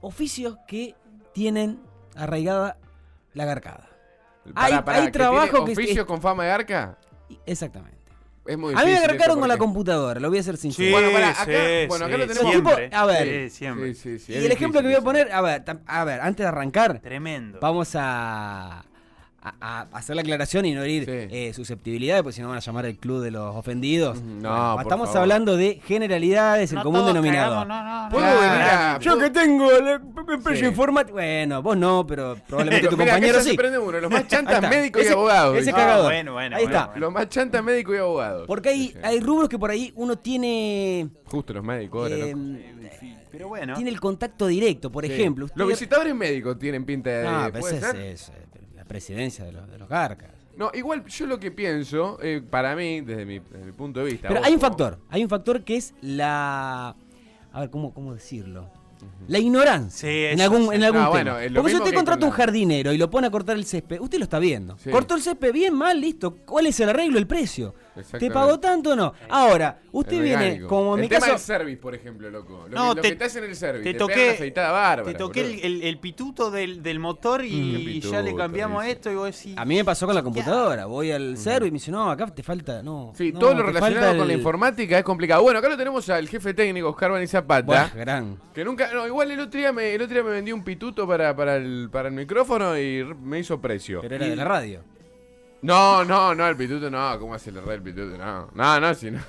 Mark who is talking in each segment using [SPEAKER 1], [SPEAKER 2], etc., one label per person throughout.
[SPEAKER 1] Oficios que tienen arraigada la garcada.
[SPEAKER 2] Pará,
[SPEAKER 1] Hay-
[SPEAKER 2] pará,
[SPEAKER 1] hay
[SPEAKER 2] que
[SPEAKER 1] trabajo
[SPEAKER 2] tiene
[SPEAKER 1] que-
[SPEAKER 2] oficio con fama de arca?
[SPEAKER 1] Y- Exactamente.
[SPEAKER 2] Es muy
[SPEAKER 1] A mí me
[SPEAKER 2] difícil esto
[SPEAKER 1] agarraron con la
[SPEAKER 2] porque-
[SPEAKER 1] computadora, lo voy a ser sincero.
[SPEAKER 3] Sí,
[SPEAKER 2] Bueno, pará, acá-
[SPEAKER 3] sí,
[SPEAKER 2] bueno, acá
[SPEAKER 3] sí,
[SPEAKER 2] lo tenemos.
[SPEAKER 3] siempre.
[SPEAKER 1] Tipo, a ver.
[SPEAKER 3] Sí, siempre.
[SPEAKER 2] Sí, sí, sí,
[SPEAKER 1] y el
[SPEAKER 2] es difícil
[SPEAKER 1] ejemplo que voy a
[SPEAKER 2] eso.
[SPEAKER 1] poner, a ver, tam- a ver, antes de arrancar,
[SPEAKER 3] Tremendo.
[SPEAKER 1] Vamos a, a- a hacer la aclaración y no herir
[SPEAKER 2] Sí.
[SPEAKER 1] eh, susceptibilidades, porque si no van a llamar el club de los ofendidos.
[SPEAKER 2] Mm, no,
[SPEAKER 1] Bueno,
[SPEAKER 2] por
[SPEAKER 1] estamos
[SPEAKER 2] favor.
[SPEAKER 1] hablando de generalidades, el
[SPEAKER 3] No
[SPEAKER 1] común
[SPEAKER 3] todos
[SPEAKER 1] denominador.
[SPEAKER 3] cagamos, no, no, no.
[SPEAKER 2] ¿Puedo
[SPEAKER 1] Claro.
[SPEAKER 2] venir a-
[SPEAKER 1] Yo que tengo el empresa
[SPEAKER 2] Sí.
[SPEAKER 1] informática. Bueno, vos no, pero probablemente
[SPEAKER 2] Pero
[SPEAKER 1] tu
[SPEAKER 2] mira, acá
[SPEAKER 1] compañero
[SPEAKER 2] ya se
[SPEAKER 1] sí.
[SPEAKER 2] prende uno, los más
[SPEAKER 1] Ahí
[SPEAKER 2] chantas
[SPEAKER 1] está.
[SPEAKER 2] médicos y
[SPEAKER 1] Ese-
[SPEAKER 2] abogados.
[SPEAKER 1] Ese
[SPEAKER 2] ¿viste?
[SPEAKER 3] Ah,
[SPEAKER 1] cagador.
[SPEAKER 3] bueno, bueno,
[SPEAKER 1] Ahí
[SPEAKER 3] bueno,
[SPEAKER 1] está.
[SPEAKER 3] bueno.
[SPEAKER 2] Los más chantas médicos y abogados.
[SPEAKER 1] Porque hay,
[SPEAKER 2] Sí, sí.
[SPEAKER 1] hay rubros que por ahí uno tiene.
[SPEAKER 2] Justo los médicos ahora,
[SPEAKER 1] eh,
[SPEAKER 2] loco.
[SPEAKER 3] Pero bueno.
[SPEAKER 1] tiene el contacto directo, por
[SPEAKER 2] Sí.
[SPEAKER 1] ejemplo.
[SPEAKER 2] Los
[SPEAKER 1] usted-
[SPEAKER 2] visitadores médicos tienen pinta de.
[SPEAKER 1] No, pero
[SPEAKER 2] ¿puede
[SPEAKER 1] esa
[SPEAKER 2] ser?
[SPEAKER 1] es, es la presidencia de los, de los garcas.
[SPEAKER 2] No, igual yo lo que pienso, eh, para mí, desde mi, desde mi punto de vista.
[SPEAKER 1] Pero
[SPEAKER 2] vos
[SPEAKER 1] hay un
[SPEAKER 2] como-
[SPEAKER 1] factor, hay un factor que es la... A ver, ¿cómo, cómo decirlo? La ignorancia.
[SPEAKER 3] Sí,
[SPEAKER 1] en
[SPEAKER 3] eso
[SPEAKER 1] algún,
[SPEAKER 3] sí.
[SPEAKER 1] en algún tema.
[SPEAKER 2] No, bueno, es lo
[SPEAKER 1] Porque si
[SPEAKER 2] mismo
[SPEAKER 1] usted
[SPEAKER 2] que con
[SPEAKER 1] contrata un
[SPEAKER 2] la-
[SPEAKER 1] jardinero y lo pone a cortar el césped, usted lo está viendo.
[SPEAKER 2] Sí.
[SPEAKER 1] Cortó el césped bien, mal, listo. ¿Cuál es el arreglo? El precio. ¿Te
[SPEAKER 2] Exactamente.
[SPEAKER 1] pagó tanto o no? Ahora, usted
[SPEAKER 2] el
[SPEAKER 1] viene,
[SPEAKER 2] mecánico.
[SPEAKER 1] como en
[SPEAKER 2] el
[SPEAKER 1] mi
[SPEAKER 2] tema
[SPEAKER 1] caso...
[SPEAKER 2] del service, por ejemplo, loco. Lo,
[SPEAKER 3] No,
[SPEAKER 2] que, lo
[SPEAKER 3] te-
[SPEAKER 2] que te hacen en el service.
[SPEAKER 3] te
[SPEAKER 2] Te, toqué.
[SPEAKER 3] toqué-
[SPEAKER 2] aceitada bárbara.
[SPEAKER 3] Te toqué el,
[SPEAKER 2] boludo.
[SPEAKER 3] el- el pituto del, del motor
[SPEAKER 2] Mm.
[SPEAKER 3] y
[SPEAKER 2] Qué
[SPEAKER 3] ya le
[SPEAKER 2] pituto,
[SPEAKER 3] cambiamos
[SPEAKER 2] dice.
[SPEAKER 3] esto y vos decís.
[SPEAKER 1] A mí me pasó con la computadora. Voy al servo y me dice, no, acá te falta... No,
[SPEAKER 2] Sí,
[SPEAKER 1] eh, no,
[SPEAKER 2] todo lo
[SPEAKER 1] te
[SPEAKER 2] relacionado
[SPEAKER 1] falta
[SPEAKER 2] con la
[SPEAKER 1] el-
[SPEAKER 2] informática es complicado. Bueno, acá lo tenemos al jefe técnico, Oscar Bani Zapata.
[SPEAKER 1] Buah, gran.
[SPEAKER 2] Que nunca, no, igual el otro día me, el otro día me vendió un pituto para, para, el, para el micrófono y r- me hizo precio.
[SPEAKER 1] Pero era de la radio.
[SPEAKER 2] No, no, no, el pituto no, ¿cómo hace el re el pituto? No, no, no, si no,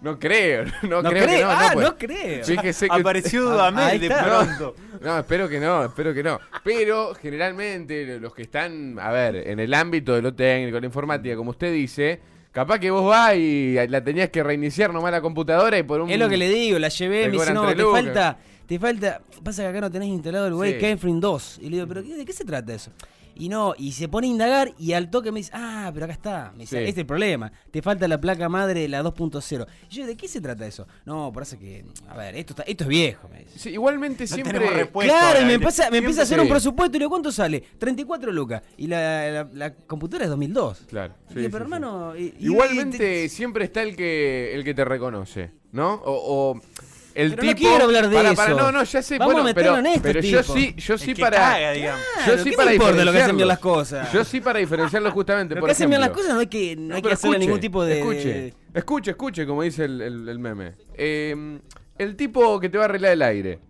[SPEAKER 2] no creo, no, creo que no,
[SPEAKER 1] ah,
[SPEAKER 2] no, pues.
[SPEAKER 1] no creo.
[SPEAKER 2] Fíjese que
[SPEAKER 3] Apareció
[SPEAKER 1] Ah, ahí
[SPEAKER 3] Dudamel de
[SPEAKER 1] está.
[SPEAKER 3] pronto.
[SPEAKER 2] No, espero que no, espero que no. Pero generalmente los que están, a ver, en el ámbito de lo técnico, la informática, como usted dice, capaz que vos vas y la tenías que reiniciar nomás la computadora y por un...
[SPEAKER 1] Es lo que le digo, la llevé,
[SPEAKER 2] Te
[SPEAKER 1] me dice,
[SPEAKER 2] cobran
[SPEAKER 1] no,
[SPEAKER 2] tres
[SPEAKER 1] te
[SPEAKER 2] lucas".
[SPEAKER 1] falta, te falta, pasa que acá no tenés instalado el
[SPEAKER 2] Sí.
[SPEAKER 1] Wake Keyframe 2. Y le digo, pero qué- ¿de qué se trata eso? Y no, y se pone a indagar y al toque me dice, ah, pero acá está, me dice,
[SPEAKER 2] Sí.
[SPEAKER 1] este es el problema, te falta la placa madre de la 2.0. Y yo, ¿de qué se trata eso? No, parece que, a ver, esto, está, esto es viejo, me dice.
[SPEAKER 2] Sí, igualmente
[SPEAKER 3] tenemos
[SPEAKER 2] siempre...
[SPEAKER 3] respuesta. Pues
[SPEAKER 1] claro,
[SPEAKER 3] ahora,
[SPEAKER 1] y me,
[SPEAKER 3] ¿viste?
[SPEAKER 1] pasa, me empieza a hacer
[SPEAKER 2] Siempre
[SPEAKER 1] un
[SPEAKER 2] sí.
[SPEAKER 1] presupuesto y le digo, ¿cuánto sale? 34 lucas. Y la, la- la computadora es 2002.
[SPEAKER 2] Claro,
[SPEAKER 1] Y
[SPEAKER 2] sí,
[SPEAKER 1] digo,
[SPEAKER 2] sí,
[SPEAKER 1] pero
[SPEAKER 2] sí.
[SPEAKER 1] hermano... y- y-
[SPEAKER 2] Igualmente siempre está el que el que te reconoce, ¿no? O, o el
[SPEAKER 1] Pero no
[SPEAKER 2] tipo.
[SPEAKER 1] quiero hablar de
[SPEAKER 2] Pará, pará,
[SPEAKER 1] eso.
[SPEAKER 2] no, no, ya sé.
[SPEAKER 1] Vamos a
[SPEAKER 2] bueno,
[SPEAKER 1] meterlo
[SPEAKER 2] pero,
[SPEAKER 1] en este
[SPEAKER 2] pero yo
[SPEAKER 1] tipo.
[SPEAKER 2] sí, yo
[SPEAKER 3] El
[SPEAKER 2] sí
[SPEAKER 3] que
[SPEAKER 2] para.
[SPEAKER 3] caga, digamos.
[SPEAKER 2] Yo
[SPEAKER 1] Claro,
[SPEAKER 2] sí
[SPEAKER 1] ¿qué
[SPEAKER 2] para
[SPEAKER 1] me importa lo que hacen bien
[SPEAKER 2] diferenciarlos.
[SPEAKER 1] las cosas?
[SPEAKER 2] Yo sí para diferenciarlos justamente.
[SPEAKER 1] Lo
[SPEAKER 2] por
[SPEAKER 1] que hacen bien las
[SPEAKER 2] ejemplo.
[SPEAKER 1] cosas no hay que, no hay que
[SPEAKER 2] pero
[SPEAKER 1] hacerle
[SPEAKER 2] escuche,
[SPEAKER 1] ningún tipo de...
[SPEAKER 2] Escuche, escuche, escuche, como dice el, el- el meme. Eh, el tipo que te va a arreglar el aire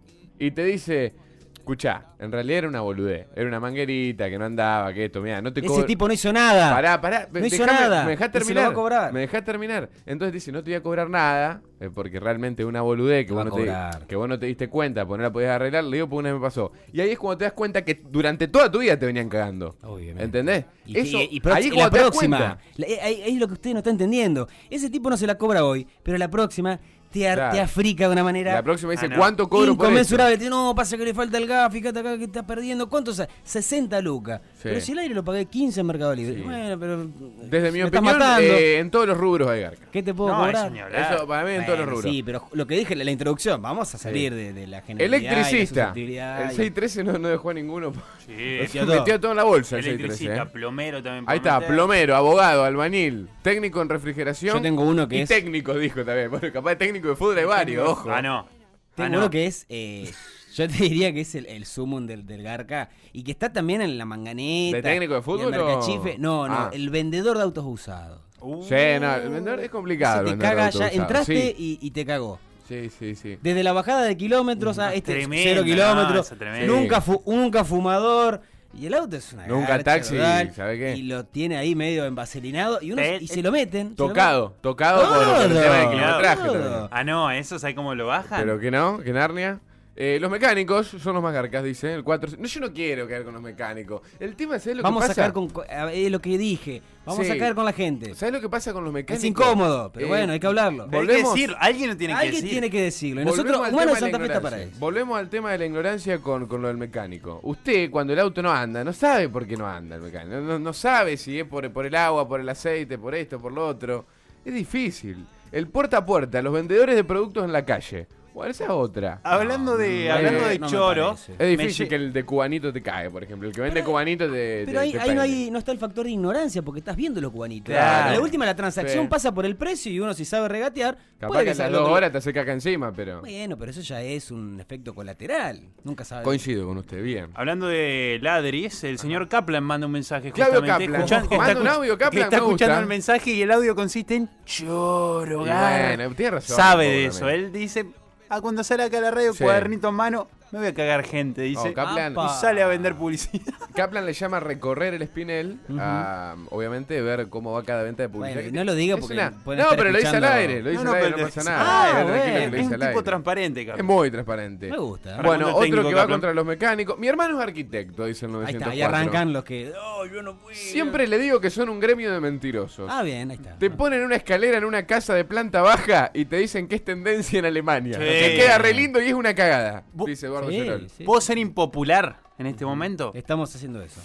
[SPEAKER 2] y te dice. Escuchá, en realidad era una boludez, era una manguerita que no andaba, que esto, mira, no te
[SPEAKER 1] Ese
[SPEAKER 2] cobro-
[SPEAKER 1] tipo no hizo nada.
[SPEAKER 2] Pará, pará.
[SPEAKER 1] No
[SPEAKER 2] me-
[SPEAKER 1] hizo
[SPEAKER 2] déjame-
[SPEAKER 1] nada.
[SPEAKER 2] Me dejás
[SPEAKER 1] Y se lo
[SPEAKER 2] terminar.
[SPEAKER 1] va a cobrar.
[SPEAKER 2] Me dejás terminar. Entonces dice, no te voy a cobrar nada, eh, porque realmente es una boludez que
[SPEAKER 1] Te
[SPEAKER 2] vos,
[SPEAKER 1] va
[SPEAKER 2] no
[SPEAKER 1] a
[SPEAKER 2] te,
[SPEAKER 1] cobrar.
[SPEAKER 2] que vos no te diste cuenta, pues no la podías arreglar. Le digo, pues una vez me pasó. Y ahí es cuando te das cuenta que durante toda tu vida te venían cagando.
[SPEAKER 1] Obviamente.
[SPEAKER 2] ¿Entendés?
[SPEAKER 1] Y,
[SPEAKER 2] Eso,
[SPEAKER 1] y- y prox-
[SPEAKER 2] ahí
[SPEAKER 1] y
[SPEAKER 2] es
[SPEAKER 1] la
[SPEAKER 2] cuando te das
[SPEAKER 1] próxima.
[SPEAKER 2] cuenta.
[SPEAKER 1] la- eh, ahí- ahí es lo que usted no está entendiendo. Ese tipo no se la cobra hoy, pero la próxima te, ar-
[SPEAKER 2] Claro.
[SPEAKER 1] te africa de una manera...
[SPEAKER 2] La próxima dice,
[SPEAKER 3] Ah, no.
[SPEAKER 2] ¿cuánto cobro por esto?
[SPEAKER 1] Inconmensurable. Te dice, No, pasa que le falta el gas, fíjate acá que estás perdiendo. ¿Cuánto? sa- 60 lucas.
[SPEAKER 2] Sí.
[SPEAKER 1] Pero si el aire lo pagué 15 en Mercado Libre.
[SPEAKER 2] Sí.
[SPEAKER 1] Bueno, pero...
[SPEAKER 2] Desde mi
[SPEAKER 1] me estás
[SPEAKER 2] opinión,
[SPEAKER 1] matando.
[SPEAKER 2] eh, en todos los rubros hay garca.
[SPEAKER 1] ¿Qué te puedo
[SPEAKER 3] No,
[SPEAKER 1] cobrar?
[SPEAKER 3] señor.
[SPEAKER 2] Eso para mí en todos los
[SPEAKER 1] Bueno,
[SPEAKER 2] rubros.
[SPEAKER 1] Sí, pero lo que dije en la introducción, vamos a salir
[SPEAKER 2] Sí.
[SPEAKER 1] de, de la generalidad. y la
[SPEAKER 2] Electricista.
[SPEAKER 1] susceptibilidad
[SPEAKER 2] El
[SPEAKER 1] y-
[SPEAKER 2] 613 no, no dejó a ninguno.
[SPEAKER 3] Sí,
[SPEAKER 2] Se
[SPEAKER 1] todo.
[SPEAKER 2] metió todo en la bolsa el 613.
[SPEAKER 3] Electricista,
[SPEAKER 2] eh.
[SPEAKER 3] plomero también.
[SPEAKER 2] Ahí
[SPEAKER 3] puedo
[SPEAKER 2] está,
[SPEAKER 3] meter.
[SPEAKER 2] plomero, abogado, albañil, técnico en refrigeración.
[SPEAKER 1] Yo tengo uno que
[SPEAKER 2] y
[SPEAKER 1] es-
[SPEAKER 2] técnico, dijo también. Bueno, capaz de técnico de fútbol hay varios, ojo.
[SPEAKER 3] Ah, no.
[SPEAKER 1] Tengo
[SPEAKER 3] Ah, no.
[SPEAKER 1] uno que es, eh, yo te diría que es el, el sumum del, del Garca y que está también en la manganeta.
[SPEAKER 2] ¿De técnico de
[SPEAKER 1] y en
[SPEAKER 2] fútbol
[SPEAKER 1] Mercachife.
[SPEAKER 2] o-
[SPEAKER 1] No, no,
[SPEAKER 2] Ah.
[SPEAKER 1] el vendedor de autos usados.
[SPEAKER 3] Uh,
[SPEAKER 2] Sí, no, el vendedor es complicado.
[SPEAKER 1] Ese te
[SPEAKER 2] el vendedor
[SPEAKER 1] caga
[SPEAKER 2] de
[SPEAKER 1] ya,
[SPEAKER 2] autobusado,
[SPEAKER 1] entraste
[SPEAKER 2] Sí,
[SPEAKER 1] y, y te cagó.
[SPEAKER 2] sí, sí. sí.
[SPEAKER 1] Desde la bajada de kilómetros a este
[SPEAKER 3] tremendo,
[SPEAKER 1] cero
[SPEAKER 3] no,
[SPEAKER 1] kilómetros,
[SPEAKER 3] Mm, eso tremendo.
[SPEAKER 1] nunca, fu- nunca fumador. Y el auto es una
[SPEAKER 2] Nunca
[SPEAKER 1] garcha,
[SPEAKER 2] taxi,
[SPEAKER 1] total,
[SPEAKER 2] ¿sabe qué?
[SPEAKER 1] Y lo tiene ahí medio envaselinado y, uno,
[SPEAKER 3] Eh,
[SPEAKER 1] y
[SPEAKER 3] eh,
[SPEAKER 1] se lo meten. se lo
[SPEAKER 2] Tocado, tocado por, por el
[SPEAKER 1] Todo,
[SPEAKER 2] tema del kilometraje.
[SPEAKER 1] todo.
[SPEAKER 2] también.
[SPEAKER 3] Ah, no, eso, ¿sabes cómo lo bajan?
[SPEAKER 2] Pero que no, que Narnia. Eh, los mecánicos son los más garcas, dice. El 4. No, yo no quiero quedar con los mecánicos. El tema, ¿sabes lo
[SPEAKER 1] Vamos
[SPEAKER 2] que
[SPEAKER 1] a
[SPEAKER 2] pasa?
[SPEAKER 1] sacar con. a ver, Es lo que dije. Vamos
[SPEAKER 2] Sí.
[SPEAKER 1] a sacar con la gente.
[SPEAKER 2] ¿Sabes lo que pasa con los
[SPEAKER 1] Es
[SPEAKER 2] mecánicos?
[SPEAKER 1] incómodo, pero
[SPEAKER 2] Eh,
[SPEAKER 1] bueno, hay que hablarlo.
[SPEAKER 3] Pero hay
[SPEAKER 2] volvemos-
[SPEAKER 3] que decirlo, alguien lo tiene
[SPEAKER 1] Alguien
[SPEAKER 3] que decir.
[SPEAKER 1] tiene que decirlo. Y
[SPEAKER 2] Volvemos
[SPEAKER 1] nosotros,
[SPEAKER 2] al
[SPEAKER 1] bueno,
[SPEAKER 2] tema de la
[SPEAKER 1] Santa Fe está para
[SPEAKER 2] ignorancia.
[SPEAKER 1] eso.
[SPEAKER 2] Volvemos al tema de la ignorancia con, con lo del mecánico. Usted, cuando el auto no anda, no sabe por qué no anda el mecánico. No, no sabe si es por, por el agua, por el aceite, por esto, por lo otro. Es difícil. El puerta a puerta, los vendedores de productos en la calle. Bueno, esa es otra.
[SPEAKER 3] Hablando de,
[SPEAKER 1] no,
[SPEAKER 3] hablando
[SPEAKER 1] no,
[SPEAKER 3] de
[SPEAKER 1] no me
[SPEAKER 3] choro.
[SPEAKER 1] parece.
[SPEAKER 2] Es
[SPEAKER 3] me
[SPEAKER 2] difícil
[SPEAKER 3] lle-
[SPEAKER 2] que el de cubanito te cae, por ejemplo. El que vende cubanito te.
[SPEAKER 1] Pero
[SPEAKER 2] te-
[SPEAKER 1] ahí,
[SPEAKER 2] te
[SPEAKER 1] ahí no,
[SPEAKER 2] prende.
[SPEAKER 1] hay, no está el factor de ignorancia porque estás viendo los cubanitos.
[SPEAKER 2] Claro.
[SPEAKER 1] A La última, la transacción
[SPEAKER 2] Sí.
[SPEAKER 1] pasa por el precio y uno, si sabe regatear,
[SPEAKER 2] Capaz
[SPEAKER 1] puede
[SPEAKER 2] que a las
[SPEAKER 1] salga
[SPEAKER 2] dos
[SPEAKER 1] otro-
[SPEAKER 2] horas te hace caca encima, pero.
[SPEAKER 1] Bueno, pero eso ya es un efecto colateral. Nunca sabes.
[SPEAKER 2] Coincido con usted, bien.
[SPEAKER 3] Hablando de ladris, el señor Kaplan manda un mensaje
[SPEAKER 2] Claudio
[SPEAKER 3] justamente.
[SPEAKER 2] Kaplan.
[SPEAKER 3] escuchan- que
[SPEAKER 2] Manda
[SPEAKER 3] está
[SPEAKER 2] un
[SPEAKER 3] escu-
[SPEAKER 2] audio, Kaplan,
[SPEAKER 3] que está
[SPEAKER 2] me gusta.
[SPEAKER 3] escuchando el mensaje y el audio consiste en choro,
[SPEAKER 2] Y
[SPEAKER 3] garra.
[SPEAKER 2] bueno, tiene razón,
[SPEAKER 3] Sabe
[SPEAKER 2] pobre
[SPEAKER 3] de eso.
[SPEAKER 2] también.
[SPEAKER 3] Él dice, ah, cuando sale acá a la radio,
[SPEAKER 2] Sí.
[SPEAKER 3] cuadernito en mano, me voy a cagar gente, dice.
[SPEAKER 2] No, Kaplan,
[SPEAKER 1] Apa.
[SPEAKER 3] y sale a vender publicidad.
[SPEAKER 2] Kaplan le llama recorrer el espinel, a, obviamente, ver cómo va cada venta de publicidad.
[SPEAKER 1] Bueno, no
[SPEAKER 2] que tiene.
[SPEAKER 1] lo diga
[SPEAKER 2] Es
[SPEAKER 1] porque
[SPEAKER 2] una-
[SPEAKER 1] pueden
[SPEAKER 2] No,
[SPEAKER 1] estar
[SPEAKER 2] pero lo dice al
[SPEAKER 1] escuchando-
[SPEAKER 2] aire, lo dice al aire, no pasa nada.
[SPEAKER 1] Ah,
[SPEAKER 2] Quédate tranquilo
[SPEAKER 1] bueno.
[SPEAKER 2] que lo
[SPEAKER 3] es
[SPEAKER 2] dice
[SPEAKER 3] un
[SPEAKER 2] al
[SPEAKER 3] tipo
[SPEAKER 2] aire.
[SPEAKER 3] transparente,
[SPEAKER 2] Es
[SPEAKER 3] Kaplan.
[SPEAKER 2] muy transparente.
[SPEAKER 1] Me gusta.
[SPEAKER 3] Bueno,
[SPEAKER 2] Bueno,
[SPEAKER 3] Raimundo
[SPEAKER 2] otro
[SPEAKER 3] técnico,
[SPEAKER 2] que va
[SPEAKER 3] Kaplan.
[SPEAKER 2] contra los mecánicos. Mi hermano es arquitecto, dice el
[SPEAKER 1] ahí está,
[SPEAKER 2] 904.
[SPEAKER 1] ahí arrancan los que. "Oh, yo no fui".
[SPEAKER 2] Siempre le digo que son un gremio de mentirosos.
[SPEAKER 1] Ah, bien, ahí está.
[SPEAKER 2] Te ponen una escalera en una casa de planta baja y te dicen que es tendencia en Alemania.
[SPEAKER 3] Sí.
[SPEAKER 2] Que queda re lindo y es una cagada,
[SPEAKER 3] Bu-
[SPEAKER 2] dice Eduardo
[SPEAKER 1] Sí,
[SPEAKER 2] Llorol.
[SPEAKER 1] sí.
[SPEAKER 3] ¿Puedo ser impopular en este momento?
[SPEAKER 1] Estamos haciendo eso.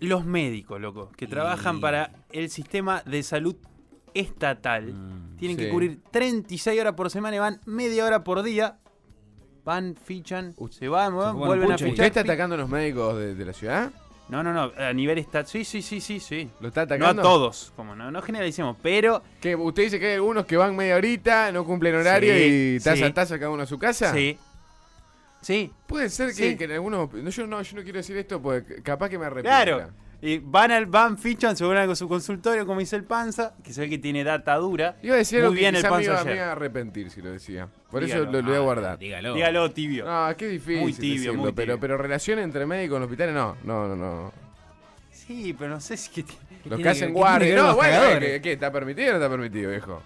[SPEAKER 3] Los médicos, loco, que trabajan
[SPEAKER 1] Y-
[SPEAKER 3] para el sistema de salud estatal, tienen
[SPEAKER 2] Mm, sí.
[SPEAKER 3] que cubrir 36 horas por semana y van media hora por día. Van, fichan,
[SPEAKER 2] Uy,
[SPEAKER 3] se van,
[SPEAKER 1] se
[SPEAKER 3] van,
[SPEAKER 1] fuman
[SPEAKER 3] vuelven a
[SPEAKER 1] pucho y-
[SPEAKER 2] ¿Usted
[SPEAKER 3] fichar.
[SPEAKER 2] ¿Este está
[SPEAKER 3] fi-
[SPEAKER 2] atacando a los médicos de, de la ciudad?
[SPEAKER 3] No, no, no, a nivel estatal. Sí, sí, sí, sí, sí.
[SPEAKER 2] ¿Lo está
[SPEAKER 3] No a
[SPEAKER 2] atacando?
[SPEAKER 3] todos, como no, no generalicemos, pero
[SPEAKER 2] Que usted dice que hay algunos que van media horita, no cumplen horario
[SPEAKER 3] Sí,
[SPEAKER 2] y taza
[SPEAKER 3] sí.
[SPEAKER 2] a taza cada uno a su casa.
[SPEAKER 3] sí. Sí,
[SPEAKER 2] Puede ser que,
[SPEAKER 3] Sí.
[SPEAKER 2] que en algunos. No yo, no, yo no quiero decir esto porque capaz que me arrepiento.
[SPEAKER 3] claro. Y van al van, fichan, se vuelven a su consultorio, como dice el Panza, que se ve que tiene data dura.
[SPEAKER 2] Iba a decir algo
[SPEAKER 3] Muy
[SPEAKER 2] que
[SPEAKER 3] bien el
[SPEAKER 2] quizá me iba,
[SPEAKER 3] Panza
[SPEAKER 2] me
[SPEAKER 3] ayer.
[SPEAKER 2] iba a arrepentir si lo decía. Por eso
[SPEAKER 3] Dígalo.
[SPEAKER 2] lo, lo voy a
[SPEAKER 1] Ah,
[SPEAKER 2] guardar.
[SPEAKER 1] Dígalo.
[SPEAKER 3] Dígalo, tibio.
[SPEAKER 2] No, qué difícil.
[SPEAKER 3] Muy tibio,
[SPEAKER 2] decirlo,
[SPEAKER 3] muy
[SPEAKER 2] Pero,
[SPEAKER 3] tibio.
[SPEAKER 2] pero relación entre médicos en hospitales, no. No, no, no.
[SPEAKER 3] Sí, pero no sé si que tiene-
[SPEAKER 1] ¿Qué
[SPEAKER 2] Los
[SPEAKER 1] tiene
[SPEAKER 2] que hacen
[SPEAKER 1] qué tiene que
[SPEAKER 2] guardia.
[SPEAKER 1] ver
[SPEAKER 2] No,
[SPEAKER 1] los
[SPEAKER 2] bueno,
[SPEAKER 1] cagadores?
[SPEAKER 2] ¿qué, qué? está permitido o no está permitido, viejo?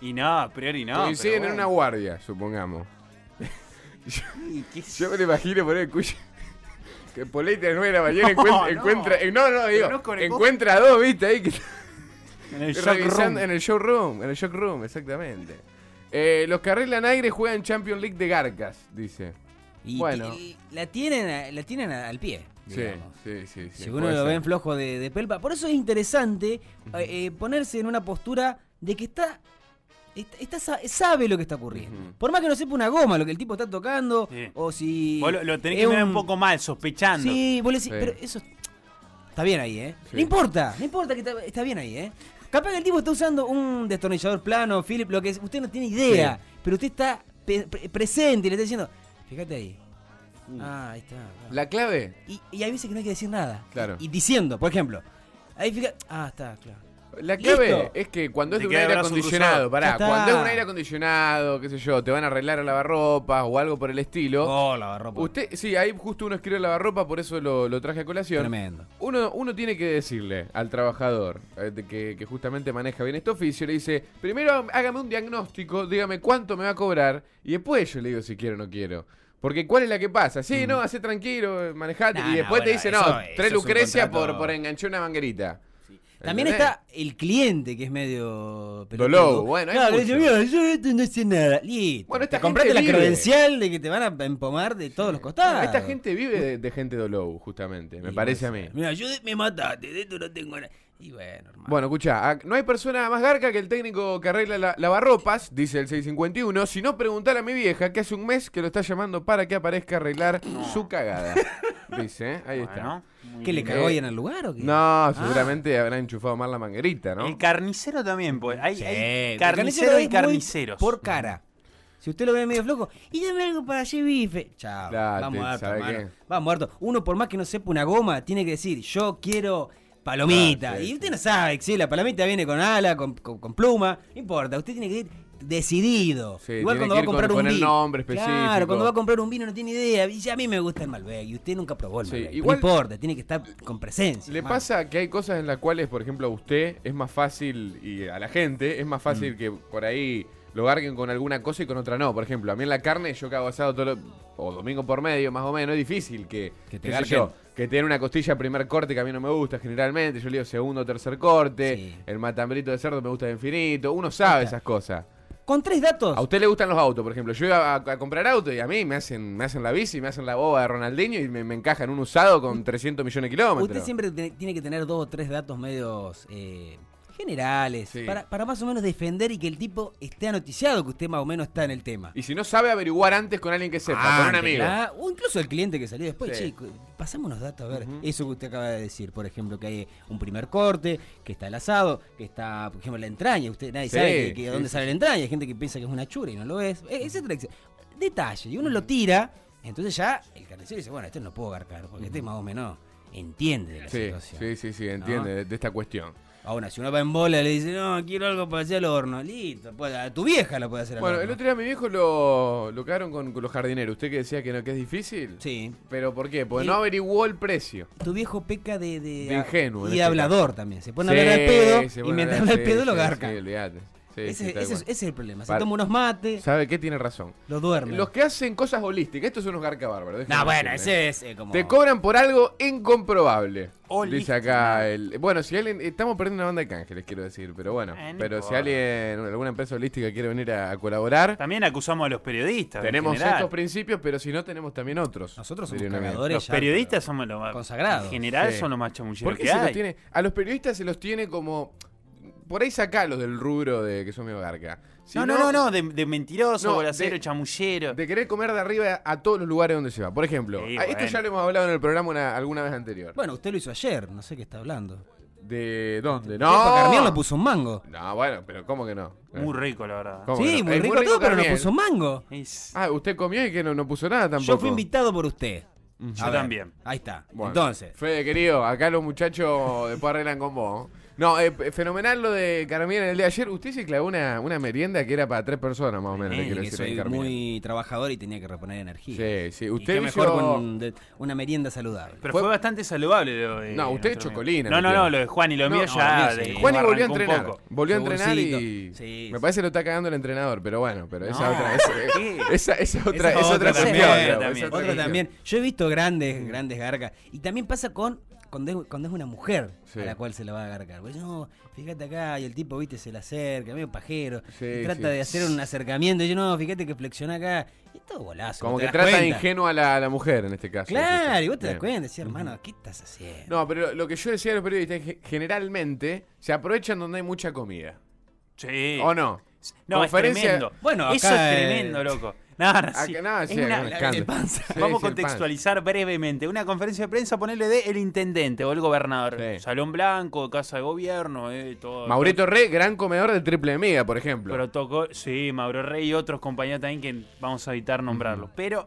[SPEAKER 3] Y no, a priori no.
[SPEAKER 2] Coinciden
[SPEAKER 3] pero
[SPEAKER 2] en una
[SPEAKER 3] bueno.
[SPEAKER 2] guardia, supongamos.
[SPEAKER 3] Sí, ¿qué es?
[SPEAKER 2] Yo me lo imagino poner el cuyo. Que Polete a las 9 de la mañana encuent-
[SPEAKER 3] No, no.
[SPEAKER 2] encuentra. eh, No, no, digo.
[SPEAKER 3] no con el-
[SPEAKER 2] encuentra a dos, viste, ahí que
[SPEAKER 3] En el shock room.
[SPEAKER 2] revisando en el showroom. En el showroom, exactamente. Eh, los que arreglan aire juegan Champions League de Garcas, dice.
[SPEAKER 1] Y
[SPEAKER 2] Bueno.
[SPEAKER 1] ti- la tienen, a- la tienen a- al pie.
[SPEAKER 2] Sí,
[SPEAKER 1] digamos.
[SPEAKER 2] sí, sí, sí.
[SPEAKER 1] si uno
[SPEAKER 2] puede
[SPEAKER 1] lo
[SPEAKER 2] ser.
[SPEAKER 1] ve en flojo de, de pelpa. Por eso es interesante eh, eh, ponerse en una postura de que está. está- está sa- sabe lo que está ocurriendo.
[SPEAKER 2] Ujú.
[SPEAKER 1] Por más que no sepa una goma lo que el tipo está tocando,
[SPEAKER 3] Sí.
[SPEAKER 1] o si.
[SPEAKER 3] Vos lo, lo tenés
[SPEAKER 1] es
[SPEAKER 3] que mirar un poco mal, sospechando.
[SPEAKER 1] Sí, vos le decís,
[SPEAKER 2] Sí.
[SPEAKER 1] pero eso está bien ahí, ¿eh?
[SPEAKER 2] Sí.
[SPEAKER 1] No importa, no importa que está, está bien ahí, ¿eh? Capaz que el tipo está usando un destornillador plano, Philip, lo que es, usted no tiene idea, pero usted está pe- pre- presente y le está diciendo, fíjate ahí.
[SPEAKER 3] Uh.
[SPEAKER 1] Ah, ahí está. ah".
[SPEAKER 2] La clave
[SPEAKER 1] Y, y hay veces que no hay que decir nada.
[SPEAKER 2] Claro.
[SPEAKER 1] Y, y diciendo, por ejemplo, ahí fíjate, ah, está, claro.
[SPEAKER 2] La clave
[SPEAKER 1] Listo.
[SPEAKER 2] es que cuando es
[SPEAKER 3] Te
[SPEAKER 2] de un
[SPEAKER 3] queda el
[SPEAKER 2] aire
[SPEAKER 3] brazo
[SPEAKER 2] acondicionado,
[SPEAKER 3] cruzado.
[SPEAKER 2] pará,
[SPEAKER 1] Ya está.
[SPEAKER 2] cuando es un aire acondicionado, qué sé yo, te van a arreglar a lavarropas o algo por el estilo.
[SPEAKER 1] Oh, lavarropa.
[SPEAKER 2] Usted, sí, ahí justo uno escribe lavarropa, por eso lo, lo traje a colación.
[SPEAKER 1] Tremendo.
[SPEAKER 2] Uno, uno tiene que decirle al trabajador eh, de que, que justamente maneja bien este oficio, le dice, primero hágame un diagnóstico, dígame cuánto me va a cobrar, y después yo le digo si quiero o no quiero. Porque cuál es la que pasa, sí, no, hace tranquilo, eh, manejate,
[SPEAKER 1] Mm. No,
[SPEAKER 2] y
[SPEAKER 1] no,
[SPEAKER 2] después te
[SPEAKER 1] bueno,
[SPEAKER 2] dice,
[SPEAKER 1] eso-
[SPEAKER 2] no,
[SPEAKER 1] eso
[SPEAKER 2] tres
[SPEAKER 1] es un
[SPEAKER 2] lucrecia por,
[SPEAKER 1] contrato-
[SPEAKER 2] por enganchar una manguerita.
[SPEAKER 1] También
[SPEAKER 2] ¿Entendés?
[SPEAKER 1] está el cliente que es medio pelotudo.
[SPEAKER 2] Dolobo, bueno, hay
[SPEAKER 1] Claro, que dice,
[SPEAKER 2] mucho.
[SPEAKER 1] "Mira, yo esto no sé nada. Listo.
[SPEAKER 2] Bueno, esta
[SPEAKER 1] Te compraste
[SPEAKER 2] gente
[SPEAKER 1] la
[SPEAKER 2] vive.
[SPEAKER 1] credencial de que te van a empomar de todos los costados.
[SPEAKER 2] Esta gente vive de, de gente dolou, justamente, me
[SPEAKER 1] Y
[SPEAKER 2] parece a
[SPEAKER 1] no sé.
[SPEAKER 2] mí.
[SPEAKER 1] Mira, yo de- me mataste, de esto no tengo nada. Y bueno, hermano.
[SPEAKER 2] Bueno, escucha, no hay persona más garca que el técnico que arregla la, lavarropas, dice el 651, si no preguntar a mi vieja que hace un mes que lo está llamando para que aparezca a arreglar su cagada. Dice, ¿eh? ahí está.
[SPEAKER 3] Bueno, muy
[SPEAKER 1] ¿Qué le
[SPEAKER 3] bien.
[SPEAKER 1] cagó
[SPEAKER 2] eh,
[SPEAKER 1] ahí en el lugar o qué?
[SPEAKER 2] No, seguramente habrá enchufado mal la manguerita, ¿no?
[SPEAKER 3] El carnicero también, pues. Hay,
[SPEAKER 1] Sí,
[SPEAKER 3] hay
[SPEAKER 1] el
[SPEAKER 3] carnicero
[SPEAKER 1] es
[SPEAKER 3] y
[SPEAKER 1] muy
[SPEAKER 3] carniceros.
[SPEAKER 1] Por cara. Si usted lo ve medio flojo, y dame algo para allí, bife. Chao.
[SPEAKER 2] Claro,
[SPEAKER 1] va
[SPEAKER 2] te-
[SPEAKER 1] muerto,
[SPEAKER 2] ¿sabe
[SPEAKER 1] hermano.
[SPEAKER 2] qué?
[SPEAKER 1] Va muerto. Uno, por más que no sepa una goma, tiene que decir, yo quiero palomita.
[SPEAKER 2] Ah, sí,
[SPEAKER 1] y usted
[SPEAKER 2] sí.
[SPEAKER 1] no sabe, que si la palomita viene con ala, con, con- con pluma. No importa, usted tiene que ir decidido.
[SPEAKER 2] Sí,
[SPEAKER 1] Igual
[SPEAKER 2] tiene
[SPEAKER 1] cuando va a
[SPEAKER 2] que ir con-
[SPEAKER 1] comprar un
[SPEAKER 2] con el
[SPEAKER 1] vino.
[SPEAKER 2] nombre específico.
[SPEAKER 1] Claro, cuando va a comprar un vino no tiene idea. Y ya a mí me gusta el Malbec. Y usted nunca probó el
[SPEAKER 2] Sí,
[SPEAKER 1] Malbec.
[SPEAKER 2] igual-
[SPEAKER 1] no importa, tiene que estar con presencia.
[SPEAKER 2] ¿Le
[SPEAKER 1] hermano.
[SPEAKER 2] pasa que hay cosas en las cuales, por ejemplo, a usted es más fácil, y a la gente, es más
[SPEAKER 1] Mm.
[SPEAKER 2] fácil que por ahí lo garguen con alguna cosa y con otra no? Por ejemplo, a mí en la carne yo cago asado todo lo- o domingo por medio, más o menos, es difícil que,
[SPEAKER 1] Que te
[SPEAKER 2] qué sé
[SPEAKER 1] garquen.
[SPEAKER 2] yo, que tener una costilla primer corte que a mí no me gusta generalmente, yo le digo segundo o tercer corte,
[SPEAKER 1] Sí.
[SPEAKER 2] el matambrito de cerdo me gusta de infinito, uno sabe esas cosas.
[SPEAKER 1] Con tres datos.
[SPEAKER 2] A usted le gustan los autos, por ejemplo. Yo iba a, a comprar auto y a mí me hacen, me hacen la bici, me hacen la boba de Ronaldinho y me, me encajan un usado con 300 millones de kilómetros.
[SPEAKER 1] Usted siempre te- tiene que tener dos o tres datos medios. eh, generales,
[SPEAKER 2] Sí.
[SPEAKER 1] para, para más o menos defender y que el tipo esté anoticiado que usted más o menos está en el tema.
[SPEAKER 2] Y si no sabe averiguar antes con alguien que sepa,
[SPEAKER 1] Ah,
[SPEAKER 2] con un amigo.
[SPEAKER 1] claro. O incluso el cliente que salió después,
[SPEAKER 2] Sí.
[SPEAKER 1] chico, pasame unos datos a ver. Eso que usted acaba de decir, por ejemplo, que hay un primer corte, que está el asado, que está, por ejemplo, la entraña. Usted nadie
[SPEAKER 2] Sí,
[SPEAKER 1] sabe que, que
[SPEAKER 2] sí,
[SPEAKER 1] dónde
[SPEAKER 2] sí,
[SPEAKER 1] sale la entraña. Hay gente que piensa que es una chura y no lo es. E- etcétera, etcétera. Detalle. Y uno lo tira, entonces ya el carnicero dice, bueno, este no puedo garcar, porque este más o menos entiende de la
[SPEAKER 2] Sí,
[SPEAKER 1] situación.
[SPEAKER 2] sí, sí, sí, entiende de, de esta cuestión.
[SPEAKER 1] Ahora, si uno va en bola y le dice, no, quiero algo para hacer al horno, listo, pues, a tu vieja la puede hacer al
[SPEAKER 2] Bueno,
[SPEAKER 1] horno.
[SPEAKER 2] el otro día mi viejo lo, lo cagaron con, con los jardineros. Usted que decía que no, que es difícil.
[SPEAKER 1] Sí.
[SPEAKER 2] ¿Pero por qué? Porque
[SPEAKER 1] Y-
[SPEAKER 2] no averiguó el precio.
[SPEAKER 1] Tu viejo peca de,
[SPEAKER 2] De ingenuo,
[SPEAKER 1] y
[SPEAKER 2] en
[SPEAKER 1] de
[SPEAKER 2] este
[SPEAKER 1] hablador también. Se pone a
[SPEAKER 2] Sí,
[SPEAKER 1] hablar al
[SPEAKER 2] se
[SPEAKER 1] pedo y
[SPEAKER 2] pone a
[SPEAKER 1] mientras habla
[SPEAKER 2] hablar,
[SPEAKER 1] al pedo
[SPEAKER 2] sí,
[SPEAKER 1] lo
[SPEAKER 2] sí,
[SPEAKER 1] garca.
[SPEAKER 2] Sí, olvídate. Sí,
[SPEAKER 1] ese,
[SPEAKER 2] sí, tal
[SPEAKER 1] ese es,
[SPEAKER 2] cual.
[SPEAKER 1] ese es el problema. Se
[SPEAKER 2] Para-
[SPEAKER 1] toma unos mates,
[SPEAKER 2] ¿Sabe qué? Tiene razón.
[SPEAKER 1] lo duerme.
[SPEAKER 2] Los que hacen cosas holísticas, estos son unos garca bárbaros. déjame
[SPEAKER 1] No, bueno,
[SPEAKER 2] decirle.
[SPEAKER 1] ese es eh, como.
[SPEAKER 2] Te cobran por algo incomprobable. Dice
[SPEAKER 3] Holística.
[SPEAKER 2] acá el. Bueno, si alguien. eh, Estamos perdiendo una banda de canje, les quiero decir, pero bueno.
[SPEAKER 3] Eh, no
[SPEAKER 2] pero si
[SPEAKER 3] importa.
[SPEAKER 2] alguien, alguna empresa holística quiere venir a, a colaborar,
[SPEAKER 3] También acusamos a los periodistas. en
[SPEAKER 2] tenemos
[SPEAKER 3] general.
[SPEAKER 2] estos principios, pero si no, tenemos también otros.
[SPEAKER 1] Nosotros somos
[SPEAKER 2] Diría un amigo.
[SPEAKER 1] cagadores.
[SPEAKER 3] Los
[SPEAKER 1] ya, pero-
[SPEAKER 3] periodistas somos los más
[SPEAKER 1] Consagrados.
[SPEAKER 3] En general
[SPEAKER 2] Sí.
[SPEAKER 3] son los más
[SPEAKER 2] ¿Por
[SPEAKER 3] chamulleros
[SPEAKER 2] qué
[SPEAKER 3] que
[SPEAKER 2] se los
[SPEAKER 3] hay.
[SPEAKER 2] tiene? A los periodistas se los tiene como. Por ahí sacalos del rubro de que son medio garca. Si
[SPEAKER 3] no, no, no, no, de, de mentiroso,
[SPEAKER 2] No,
[SPEAKER 3] bolacero,
[SPEAKER 2] de-
[SPEAKER 3] chamullero.
[SPEAKER 2] De querer comer de arriba a todos los lugares donde se va. Por ejemplo,
[SPEAKER 3] Sí,
[SPEAKER 2] a- esto
[SPEAKER 3] bueno.
[SPEAKER 2] ya lo hemos hablado en el programa una- alguna vez anterior.
[SPEAKER 1] Bueno, usted lo hizo ayer, no sé qué está hablando.
[SPEAKER 2] ¿De dónde?
[SPEAKER 1] Pepa Carmiel
[SPEAKER 2] No.
[SPEAKER 1] lo puso un mango.
[SPEAKER 2] No, bueno, pero ¿cómo que no?
[SPEAKER 3] Muy rico, la verdad.
[SPEAKER 2] ¿Cómo que
[SPEAKER 1] Sí,
[SPEAKER 2] no?
[SPEAKER 1] muy
[SPEAKER 2] Es
[SPEAKER 1] rico todo, pero no
[SPEAKER 2] Carmiel.
[SPEAKER 1] puso un mango.
[SPEAKER 3] Es-
[SPEAKER 2] Ah, usted comió y que no, no puso nada tampoco.
[SPEAKER 1] Yo fui invitado por usted.
[SPEAKER 3] Yo
[SPEAKER 1] A ver,
[SPEAKER 3] también.
[SPEAKER 1] Ahí está.
[SPEAKER 2] Bueno,
[SPEAKER 1] Entonces,
[SPEAKER 2] Fede, querido, acá los muchachos después arreglan con vos. No, eh, p- fenomenal lo de Carmiel en el día de ayer. Usted se clavó una, una merienda que era para tres personas más o menos, le
[SPEAKER 1] eh,
[SPEAKER 2] quiero
[SPEAKER 1] que
[SPEAKER 2] decir, ahí,
[SPEAKER 1] soy
[SPEAKER 2] Carmiel.
[SPEAKER 1] muy trabajador y tenía que reponer energía.
[SPEAKER 2] Sí, sí.
[SPEAKER 1] Y qué
[SPEAKER 2] Usted
[SPEAKER 1] mejor
[SPEAKER 2] hizo...
[SPEAKER 1] con de- una merienda saludable.
[SPEAKER 3] Pero
[SPEAKER 2] Fue-
[SPEAKER 3] fue, bastante saludable lo de.
[SPEAKER 2] No, usted
[SPEAKER 3] nuestro
[SPEAKER 2] echó
[SPEAKER 3] amigo.
[SPEAKER 2] colina,
[SPEAKER 3] No, no,
[SPEAKER 2] metió.
[SPEAKER 3] no, lo de Juan y lo
[SPEAKER 2] No,
[SPEAKER 3] mío
[SPEAKER 2] no,
[SPEAKER 3] ya.
[SPEAKER 1] lo mío sí.
[SPEAKER 3] de-
[SPEAKER 2] Juan y
[SPEAKER 3] arrancó
[SPEAKER 2] volvió a
[SPEAKER 3] un
[SPEAKER 2] entrenar.
[SPEAKER 3] poco.
[SPEAKER 2] Volvió a entrenar y.
[SPEAKER 1] Segurcito. Sí,
[SPEAKER 2] me
[SPEAKER 1] sí.
[SPEAKER 2] parece que lo está cagando el entrenador, pero bueno, pero esa
[SPEAKER 3] No.
[SPEAKER 2] otra. Esa,
[SPEAKER 3] ¿Qué?
[SPEAKER 2] esa, esa otra,
[SPEAKER 3] Esa
[SPEAKER 2] es otra,
[SPEAKER 3] otra
[SPEAKER 2] cuestión,
[SPEAKER 3] también, otra
[SPEAKER 2] digamos,
[SPEAKER 3] también.
[SPEAKER 2] esa
[SPEAKER 3] Otra
[SPEAKER 1] Otra
[SPEAKER 2] cuestión.
[SPEAKER 1] también. Yo he visto grandes, grandes gargas. Y también pasa con cuando es, cuando es una mujer
[SPEAKER 2] Sí.
[SPEAKER 1] a la cual se la va a garcar. Pues no, fíjate acá, y el tipo, viste, se la acerca, medio pajero.
[SPEAKER 2] Sí,
[SPEAKER 1] y trata
[SPEAKER 2] sí.
[SPEAKER 1] de hacer un acercamiento. Y yo, no, fíjate que flexiona acá. Y todo golazo.
[SPEAKER 2] Como
[SPEAKER 1] vos te
[SPEAKER 2] que
[SPEAKER 1] das
[SPEAKER 2] trata de
[SPEAKER 1] cuenta.
[SPEAKER 2] ingenua a la, a la mujer en este caso. es
[SPEAKER 1] Claro,
[SPEAKER 2] eso.
[SPEAKER 1] y vos te das
[SPEAKER 2] Bien.
[SPEAKER 1] cuenta, decís, hermano, ¿qué estás haciendo?
[SPEAKER 2] No, pero lo que yo decía a los periodistas es que generalmente se aprovechan donde hay mucha comida.
[SPEAKER 3] Sí.
[SPEAKER 2] ¿O no?
[SPEAKER 3] No,
[SPEAKER 2] Conferencia-
[SPEAKER 3] es tremendo.
[SPEAKER 1] Bueno,
[SPEAKER 3] Eso
[SPEAKER 1] acá,
[SPEAKER 3] es
[SPEAKER 1] eh,
[SPEAKER 3] tremendo, loco. Nada, no,
[SPEAKER 2] Acá-
[SPEAKER 3] Ah, sí.
[SPEAKER 2] no,
[SPEAKER 3] Es
[SPEAKER 2] sí,
[SPEAKER 3] una-
[SPEAKER 2] acá me
[SPEAKER 1] la-
[SPEAKER 2] encanta.
[SPEAKER 1] el panza.
[SPEAKER 2] Sí,
[SPEAKER 3] Vamos
[SPEAKER 2] sí,
[SPEAKER 3] a
[SPEAKER 2] el panza.
[SPEAKER 3] contextualizar brevemente. Una conferencia de prensa, ponerle de el intendente o el gobernador.
[SPEAKER 2] Sí.
[SPEAKER 3] Salón Blanco, Casa de Gobierno, eh, todo.
[SPEAKER 2] Maurito Re, gran comedor de triple mega, por ejemplo.
[SPEAKER 3] Pero tocó, sí, Mauro Rey y otros compañeros también que vamos a evitar nombrarlos. Pero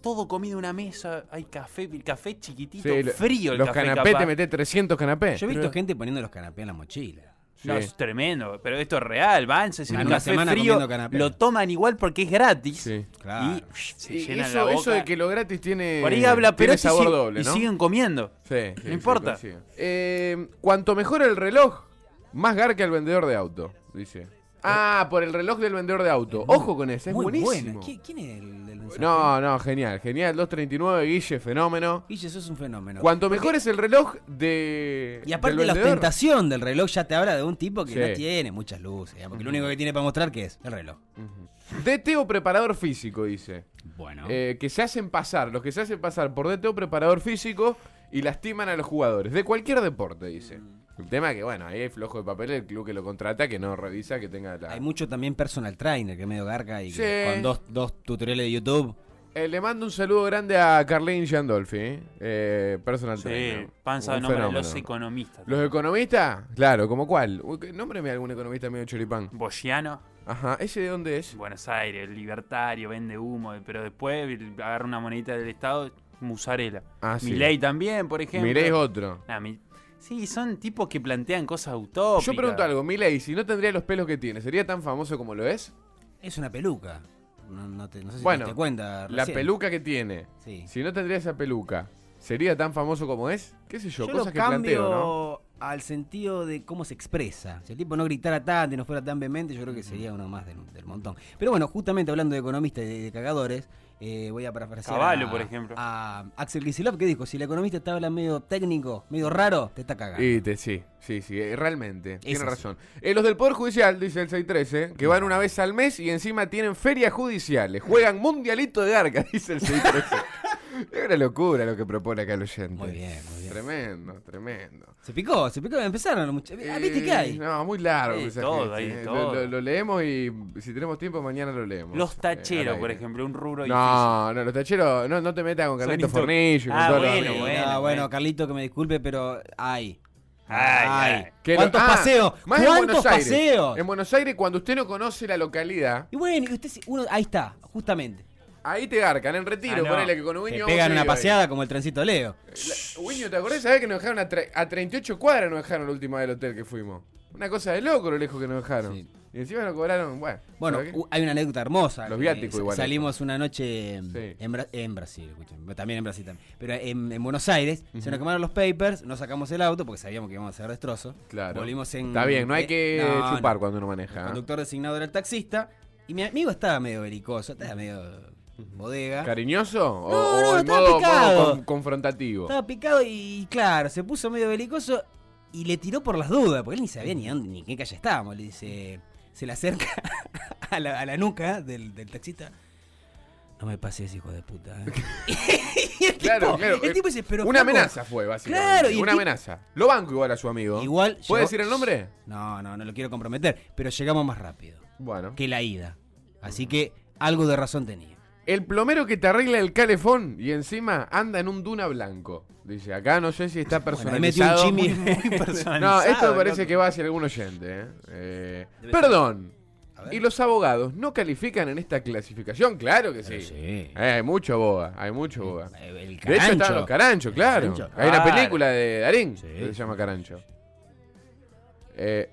[SPEAKER 3] todo comido en una mesa, hay café, el café chiquitito,
[SPEAKER 2] Sí, lo-
[SPEAKER 3] frío el
[SPEAKER 2] Los
[SPEAKER 3] café.
[SPEAKER 2] canapés,
[SPEAKER 3] capaz.
[SPEAKER 2] te metés 300 canapés.
[SPEAKER 1] Yo he visto
[SPEAKER 2] eh, Pero-
[SPEAKER 1] gente poniendo los canapés en la mochila.
[SPEAKER 3] No,
[SPEAKER 2] Sí.
[SPEAKER 3] es tremendo, pero esto es real, van, se sirven
[SPEAKER 1] En
[SPEAKER 3] un
[SPEAKER 1] una
[SPEAKER 3] café
[SPEAKER 1] semana
[SPEAKER 3] frío,
[SPEAKER 1] comiendo canapé.
[SPEAKER 3] lo toman igual porque es gratis.
[SPEAKER 2] Sí.
[SPEAKER 1] Claro.
[SPEAKER 3] Y uff, se
[SPEAKER 2] Y
[SPEAKER 3] llenan
[SPEAKER 2] eso,
[SPEAKER 3] la boca.
[SPEAKER 2] eso de que lo gratis tiene,
[SPEAKER 3] Por ahí habla
[SPEAKER 2] Eh, tiene
[SPEAKER 3] pero este
[SPEAKER 2] sabor doble,
[SPEAKER 3] y
[SPEAKER 2] ¿no?
[SPEAKER 3] siguen comiendo.
[SPEAKER 2] Sí, sí, sí,
[SPEAKER 3] importa.
[SPEAKER 2] coincido. Eh, cuanto mejor el reloj, más garca el vendedor de auto, dice. Ah, por el reloj del vendedor de auto. Ojo con ese, es
[SPEAKER 1] Muy buena.
[SPEAKER 2] buenísimo.
[SPEAKER 1] ¿Qui- ¿Quién es el, del mensaje?
[SPEAKER 2] No, no, genial, genial. 239, Guille, fenómeno.
[SPEAKER 1] Guille, sos un fenómeno.
[SPEAKER 2] Cuanto mejor es el reloj de.
[SPEAKER 1] Y aparte
[SPEAKER 2] del
[SPEAKER 1] la
[SPEAKER 2] vendedor.
[SPEAKER 1] ostentación del reloj ya te habla de un tipo que
[SPEAKER 2] Sí.
[SPEAKER 1] no tiene muchas luces, ¿eh? porque lo único que tiene para mostrar que es el reloj.
[SPEAKER 2] DT o preparador físico, dice.
[SPEAKER 1] Bueno.
[SPEAKER 2] Eh, que se hacen pasar, los que se hacen pasar por DT o preparador físico y lastiman a los jugadores, de cualquier deporte, dice.
[SPEAKER 1] Mm.
[SPEAKER 2] El tema es que, bueno, ahí es flojo de papel el club que lo contrata, que no revisa, que tenga la...
[SPEAKER 1] Hay mucho también personal trainer que es medio garca y que
[SPEAKER 2] Eh, Sí.
[SPEAKER 1] con dos, dos tutoriales de YouTube.
[SPEAKER 2] Eh, le mando un saludo grande a Carlín Gandolfi, ¿eh? Eh, personal
[SPEAKER 3] Sí,
[SPEAKER 2] trainer.
[SPEAKER 3] panza de
[SPEAKER 2] Un
[SPEAKER 3] nombre de
[SPEAKER 2] fenómeno.
[SPEAKER 3] los economistas.
[SPEAKER 2] ¿Los economistas? Claro, ¿como cuál? Uy, que- Nómbreme algún economista medio choripán.
[SPEAKER 3] Boschiano,
[SPEAKER 2] Ajá, ¿ese de dónde es?
[SPEAKER 3] Buenos Aires, libertario, vende humo, pero después agarra una monedita del Estado, musarela.
[SPEAKER 2] Ah, sí.
[SPEAKER 3] Milei también, por ejemplo.
[SPEAKER 2] Miréis otro.
[SPEAKER 3] Nah, mi- Sí, son tipos que plantean cosas utópicas.
[SPEAKER 2] Yo pregunto algo, Milei, si no tendría los pelos que tiene, ¿sería tan famoso como lo es?
[SPEAKER 1] Es una peluca. No, no te, no sé si te
[SPEAKER 2] Bueno,
[SPEAKER 1] diste cuenta.
[SPEAKER 2] La
[SPEAKER 1] recién.
[SPEAKER 2] peluca que tiene.
[SPEAKER 1] Sí.
[SPEAKER 2] Si no tendría esa peluca, ¿sería tan famoso como es? ¿Qué sé yo?
[SPEAKER 1] Yo lo
[SPEAKER 2] cosas que
[SPEAKER 1] cambio
[SPEAKER 2] planteo, ¿no?
[SPEAKER 1] al sentido de cómo se expresa. Si el tipo no gritara tanto y no fuera tan vehemente, yo creo que sería uno más del, del montón. Pero bueno, justamente hablando de economistas y de, de cagadores, eh, voy a parafrasear
[SPEAKER 3] Cavallo,
[SPEAKER 1] a,
[SPEAKER 3] por ejemplo.
[SPEAKER 1] a Axel Kicillof que dijo, si el economista te habla medio técnico, medio raro, te está cagando.
[SPEAKER 2] Y te- sí, sí, sí, eh, realmente. Tiene
[SPEAKER 1] así.
[SPEAKER 2] razón. Eh, los del Poder Judicial, dice el 613, que van una vez al mes y encima tienen ferias judiciales. Juegan mundialito de garca, dice el 613. Es una locura lo que propone acá el oyente.
[SPEAKER 1] Muy bien, muy bien.
[SPEAKER 2] Tremendo, tremendo.
[SPEAKER 1] Se picó, se picó, empezaron los muchachos. Ah, ¿viste qué hay?
[SPEAKER 2] Eh, No, muy largo.
[SPEAKER 3] Sí,
[SPEAKER 2] esa
[SPEAKER 3] todo,
[SPEAKER 2] gente,
[SPEAKER 3] hay de
[SPEAKER 2] eh.
[SPEAKER 3] todo.
[SPEAKER 2] Lo, lo- lo leemos y si tenemos tiempo mañana lo leemos.
[SPEAKER 3] Los
[SPEAKER 2] eh,
[SPEAKER 3] tacheros,
[SPEAKER 2] al
[SPEAKER 3] por
[SPEAKER 2] aire.
[SPEAKER 3] ejemplo, un rubro difícil.
[SPEAKER 2] No, no, los tacheros, no, no te metas con Carlitos
[SPEAKER 3] intro-
[SPEAKER 2] Fornillo. y con
[SPEAKER 3] Ah,
[SPEAKER 2] todos los
[SPEAKER 3] bueno,
[SPEAKER 2] amigos.
[SPEAKER 3] bueno,
[SPEAKER 1] Ah,
[SPEAKER 3] bueno.
[SPEAKER 1] bueno, Carlito, que me disculpe, pero hay.
[SPEAKER 3] Ay, ay.
[SPEAKER 2] Que lo-
[SPEAKER 1] ¿Cuántos
[SPEAKER 2] ah,
[SPEAKER 1] paseos?
[SPEAKER 2] más en
[SPEAKER 1] ¿Cuántos
[SPEAKER 2] Buenos Aires.
[SPEAKER 1] paseos?
[SPEAKER 2] En Buenos Aires, cuando usted no conoce la localidad,
[SPEAKER 1] Y bueno, y usted, si- uno, ahí está, justamente.
[SPEAKER 2] ahí te garcan, en retiro,
[SPEAKER 3] Ah, no.
[SPEAKER 2] ponele que con Uño.
[SPEAKER 1] Te
[SPEAKER 2] vos
[SPEAKER 1] pegan
[SPEAKER 2] te
[SPEAKER 1] una
[SPEAKER 2] ibas.
[SPEAKER 1] paseada como el trencito de Leo.
[SPEAKER 2] La- Uño, ¿te acordás? ¿Sabés que nos dejaron a, tre- a 38 cuadras? Nos dejaron la última del hotel que fuimos. Una cosa de loco lo lejos que nos dejaron.
[SPEAKER 1] Sí.
[SPEAKER 2] Y encima nos cobraron, bueno.
[SPEAKER 1] Bueno,
[SPEAKER 2] ¿sabés qué?
[SPEAKER 1] u- hay una anécdota hermosa.
[SPEAKER 2] Los
[SPEAKER 1] que
[SPEAKER 2] viáticos
[SPEAKER 1] sa-
[SPEAKER 2] igual.
[SPEAKER 1] Salimos una noche em,
[SPEAKER 2] Sí.
[SPEAKER 1] en, Bra- en Brasil, escúchame, también en Brasil también. Pero en, en Buenos Aires se nos quemaron los papers, no sacamos el auto porque sabíamos que íbamos a hacer destrozo.
[SPEAKER 2] claro.
[SPEAKER 1] Volvimos en...
[SPEAKER 2] Está bien, no hay
[SPEAKER 1] eh,
[SPEAKER 2] que
[SPEAKER 1] no, no.
[SPEAKER 2] chupar cuando uno maneja.
[SPEAKER 1] El
[SPEAKER 2] ¿eh?
[SPEAKER 1] conductor designado era el taxista y mi amigo estaba medio belicoso, estaba medio bodega.
[SPEAKER 2] ¿Cariñoso? ¿O,
[SPEAKER 1] No,
[SPEAKER 2] o
[SPEAKER 1] no,
[SPEAKER 2] en
[SPEAKER 1] estaba
[SPEAKER 2] modo,
[SPEAKER 1] picado.
[SPEAKER 2] modo con- confrontativo?
[SPEAKER 1] Estaba picado y claro, se puso medio belicoso y le tiró por las dudas, porque él ni sabía ni dónde, ni en qué calle estábamos. Le dice, se le acerca a la, a la nuca del, del taxista. No me pases, hijo de puta. ¿eh". y el
[SPEAKER 2] Claro,
[SPEAKER 1] tipo,
[SPEAKER 2] claro,
[SPEAKER 1] El
[SPEAKER 2] eh,
[SPEAKER 1] tipo dice, pero.
[SPEAKER 2] Una
[SPEAKER 1] flaco,
[SPEAKER 2] amenaza fue, básicamente.
[SPEAKER 1] Claro, y el
[SPEAKER 2] una
[SPEAKER 1] tipo-
[SPEAKER 2] amenaza. Lo banco igual a su amigo.
[SPEAKER 1] Igual.
[SPEAKER 2] ¿Puede
[SPEAKER 1] llegó-
[SPEAKER 2] decir el nombre?
[SPEAKER 1] No, no, no lo quiero comprometer. Pero llegamos más rápido
[SPEAKER 2] Bueno.
[SPEAKER 1] que la ida. Así que algo de razón tenía.
[SPEAKER 2] El plomero que te arregla el calefón y encima anda en un duna blanco. Dice, acá no sé si está
[SPEAKER 1] Bueno, ahí metió un
[SPEAKER 2] personalizado.
[SPEAKER 1] chimi.
[SPEAKER 2] No, esto me parece
[SPEAKER 3] loco.
[SPEAKER 2] que va hacia algún oyente. ¿eh? Eh,
[SPEAKER 1] Debe
[SPEAKER 2] perdón.
[SPEAKER 1] A ver.
[SPEAKER 2] ¿Y los abogados no califican en esta clasificación? Claro que sí.
[SPEAKER 1] Pero sí.
[SPEAKER 2] Eh, hay mucho boba, hay mucho boba.
[SPEAKER 1] El, el
[SPEAKER 2] De hecho
[SPEAKER 1] carancho.
[SPEAKER 2] están los caranchos, claro.
[SPEAKER 1] Carancho. Ah,
[SPEAKER 2] Hay una
[SPEAKER 3] Claro.
[SPEAKER 2] película de Darín
[SPEAKER 1] Sí.
[SPEAKER 2] que se llama Carancho. Eh,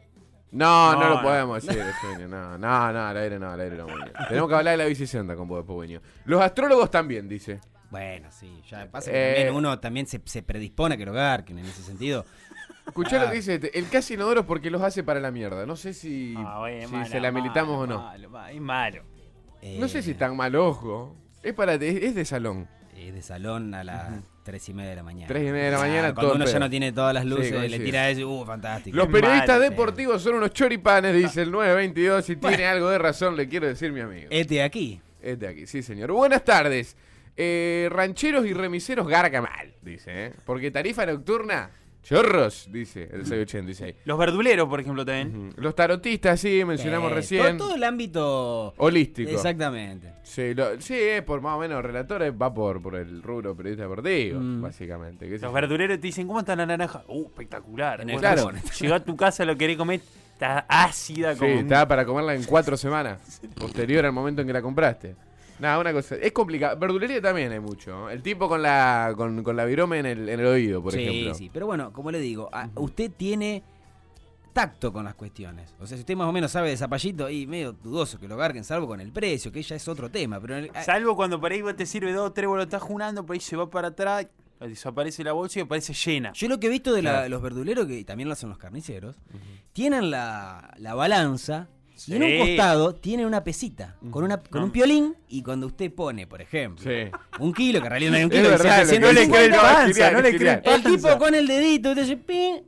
[SPEAKER 2] no, no,
[SPEAKER 3] No,
[SPEAKER 2] lo
[SPEAKER 3] no.
[SPEAKER 2] podemos decir, Eugenio, No, no, no, al aire no, al aire no. Muñoz. Tenemos que hablar de la bicicenda con vos, Pueño. Los astrólogos también, dice.
[SPEAKER 1] Bueno, sí, ya pasa que
[SPEAKER 2] Eh.
[SPEAKER 1] también uno también se, se predispone a que lo garquen en ese sentido.
[SPEAKER 2] Escuchá lo
[SPEAKER 1] Ah.
[SPEAKER 2] que dice este, El casi inodoro porque los hace para la mierda. No sé si,
[SPEAKER 3] Ah, bueno,
[SPEAKER 2] si
[SPEAKER 3] malo,
[SPEAKER 2] se la
[SPEAKER 3] malo,
[SPEAKER 2] militamos o no.
[SPEAKER 3] malo, malo, es malo.
[SPEAKER 1] Eh,
[SPEAKER 2] No sé si tan mal ojo. Es para es es de salón.
[SPEAKER 1] Es de salón a las tres y media de la mañana.
[SPEAKER 2] Tres y media de la
[SPEAKER 1] Ah,
[SPEAKER 2] mañana,
[SPEAKER 1] Cuando
[SPEAKER 2] todo
[SPEAKER 1] uno
[SPEAKER 2] pedo.
[SPEAKER 1] ya no tiene todas las
[SPEAKER 2] Sí,
[SPEAKER 1] luces, le
[SPEAKER 2] coincido.
[SPEAKER 1] tira eso, uh, fantástico.
[SPEAKER 2] Los periodistas
[SPEAKER 3] malo,
[SPEAKER 2] deportivos son unos choripanes, dice
[SPEAKER 1] Ah.
[SPEAKER 2] el 922. Si tiene algo de razón, le quiero decir mi amigo.
[SPEAKER 1] Este de aquí.
[SPEAKER 2] Este aquí, sí, señor. Buenas tardes. Eh, rancheros y remiseros garga mal, dice, ¿eh? Porque tarifa nocturna, chorros, dice el 686.
[SPEAKER 3] Los verduleros, por ejemplo, también.
[SPEAKER 2] Mm, Los tarotistas, sí, mencionamos
[SPEAKER 1] Eh,
[SPEAKER 2] recién.
[SPEAKER 1] Todo, todo el ámbito.
[SPEAKER 2] Holístico.
[SPEAKER 1] Exactamente.
[SPEAKER 2] Sí, lo- sí, eh, por más o menos relatores, va por, por el rubro periodista deportivo,
[SPEAKER 1] Mm.
[SPEAKER 2] básicamente. qué sé
[SPEAKER 3] Los
[SPEAKER 2] yo.
[SPEAKER 3] verduleros te dicen, ¿cómo está la naranja? Uh, espectacular.
[SPEAKER 1] En el
[SPEAKER 3] Bueno,
[SPEAKER 2] carbón.
[SPEAKER 3] Llegó a tu casa, lo querés comer, está ácida
[SPEAKER 2] Sí,
[SPEAKER 3] como un-
[SPEAKER 2] estaba para comerla en cuatro semanas, posterior al momento en que la compraste. Nada, una cosa. Es complicado. Verdulería también hay mucho. ¿no? El tipo con la con, con la virome en el, en el oído, por
[SPEAKER 1] sí,
[SPEAKER 2] ejemplo.
[SPEAKER 1] sí. Pero bueno, como le digo, a- usted tiene tacto con las cuestiones. O sea, si usted más o menos sabe de zapallito, y medio dudoso que lo garquen, salvo con el precio, que ya es otro tema. Pero en el-
[SPEAKER 2] Ah.
[SPEAKER 1] a-
[SPEAKER 3] Salvo cuando por ahí vos te sirve dos, tres, vos lo estás junando, por ahí se va para atrás, desaparece la bolsa y aparece llena.
[SPEAKER 1] Yo lo que he visto de la-
[SPEAKER 2] Claro.
[SPEAKER 1] los verduleros, que también lo hacen los carniceros, tienen la, la balanza y en un
[SPEAKER 3] Sí.
[SPEAKER 1] costado tienen una pesita con, una, con
[SPEAKER 3] No.
[SPEAKER 1] un piolín y cuando usted pone, por ejemplo,
[SPEAKER 2] Sí.
[SPEAKER 1] un kilo, que en realidad no hay un
[SPEAKER 2] Es
[SPEAKER 1] kilo, que
[SPEAKER 2] verdad,
[SPEAKER 1] sea
[SPEAKER 2] lo que dice.
[SPEAKER 1] 150,
[SPEAKER 2] No, es
[SPEAKER 3] panza,
[SPEAKER 2] genial,
[SPEAKER 3] no le
[SPEAKER 2] es genial.
[SPEAKER 3] creen
[SPEAKER 1] el tipo con el dedito usted hace pin,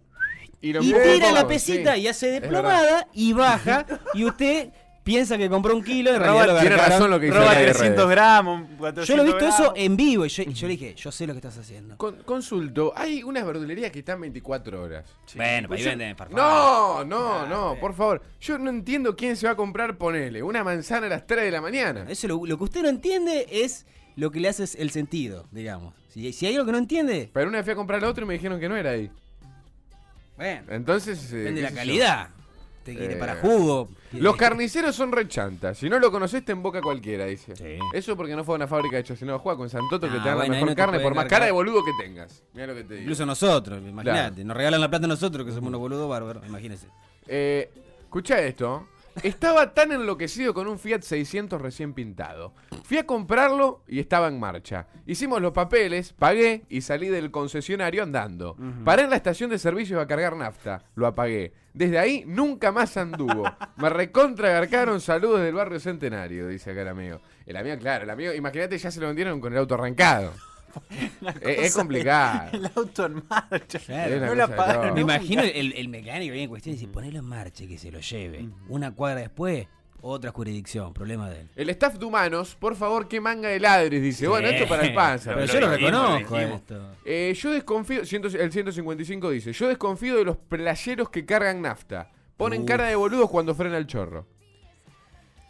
[SPEAKER 2] Y, lo
[SPEAKER 1] y
[SPEAKER 2] mismo,
[SPEAKER 1] tira la
[SPEAKER 2] sí.
[SPEAKER 1] pesita y hace
[SPEAKER 2] Es
[SPEAKER 1] desplomada y baja y usted piensa que compró un kilo en realidad lo
[SPEAKER 2] Roba, tiene
[SPEAKER 1] garcaron.
[SPEAKER 2] razón lo que dice
[SPEAKER 3] Roba
[SPEAKER 2] la IRD.
[SPEAKER 3] 300 gramos,
[SPEAKER 1] Yo lo he
[SPEAKER 3] 400
[SPEAKER 1] visto eso
[SPEAKER 3] gramos.
[SPEAKER 1] en vivo y yo, yo le dije, yo sé lo que estás haciendo.
[SPEAKER 2] Con- consulto, hay unas verdulerías que están 24 horas.
[SPEAKER 1] Bueno,
[SPEAKER 2] Pues
[SPEAKER 1] ahí
[SPEAKER 2] yo-
[SPEAKER 1] venden farfán.
[SPEAKER 2] No, no, no, por favor. Yo no entiendo quién se va a comprar, ponele, una manzana a las 3 de la mañana.
[SPEAKER 1] Eso lo, lo que usted no entiende es lo que le hace es el sentido, digamos. Si, si hay algo que no entiende,
[SPEAKER 2] Pero una vez fui a comprar la otra y me dijeron que no era ahí.
[SPEAKER 1] bueno,
[SPEAKER 2] Entonces. eh,
[SPEAKER 1] depende de
[SPEAKER 2] qué
[SPEAKER 1] la
[SPEAKER 2] sé yo.
[SPEAKER 1] calidad. Te quiere
[SPEAKER 2] Eh,
[SPEAKER 1] para jugo.
[SPEAKER 2] Los
[SPEAKER 1] quiere-
[SPEAKER 2] carniceros son rechantas. Si no lo conocés, te emboca cualquiera, dice.
[SPEAKER 1] Sí.
[SPEAKER 2] Eso porque no fue a una fábrica hecha, sino juega con Santoto que
[SPEAKER 1] Ah,
[SPEAKER 2] te
[SPEAKER 1] bueno,
[SPEAKER 2] dan la
[SPEAKER 1] ahí
[SPEAKER 2] mejor
[SPEAKER 1] no te
[SPEAKER 2] carne,
[SPEAKER 1] pueden
[SPEAKER 2] por más
[SPEAKER 1] largar.
[SPEAKER 2] cara de boludo que tengas. Mira lo que te digo.
[SPEAKER 1] Incluso nosotros, imagínate. Nos regalan la plata a nosotros, que somos unos boludos bárbaros, imagínense.
[SPEAKER 2] Eh, escucha esto. Estaba tan enloquecido con un Fiat 600 recién pintado. Fui a comprarlo y estaba en marcha. Hicimos los papeles, pagué y salí del concesionario andando. Paré en la estación de servicio a cargar nafta. Lo apagué. Desde ahí nunca más anduvo. Me recontragarcaron saludos del barrio Centenario, dice acá el amigo. El amigo, claro, el amigo, imagínate, ya se lo vendieron con el auto arrancado. Eh, es complicado.
[SPEAKER 3] El auto en marcha.
[SPEAKER 1] Claro.
[SPEAKER 3] no la pagaron.
[SPEAKER 2] No.
[SPEAKER 1] Me
[SPEAKER 3] nunca.
[SPEAKER 1] imagino el, el mecánico viene en cuestión y dice, ponelo en marcha y que se lo lleve. Una cuadra después, Otra jurisdicción, problema de él.
[SPEAKER 2] El staff de humanos, por favor, qué manga de ladres, dice. Bueno, esto para el panza.
[SPEAKER 1] Pero
[SPEAKER 3] lo
[SPEAKER 1] yo lo
[SPEAKER 3] dijimos, lo
[SPEAKER 1] reconozco
[SPEAKER 3] dijimos.
[SPEAKER 1] esto.
[SPEAKER 2] Eh, yo desconfío, ciento- el 155 dice, yo desconfío de los playeros que cargan nafta. Ponen
[SPEAKER 1] Uf.
[SPEAKER 2] cara de boludos cuando frena el chorro.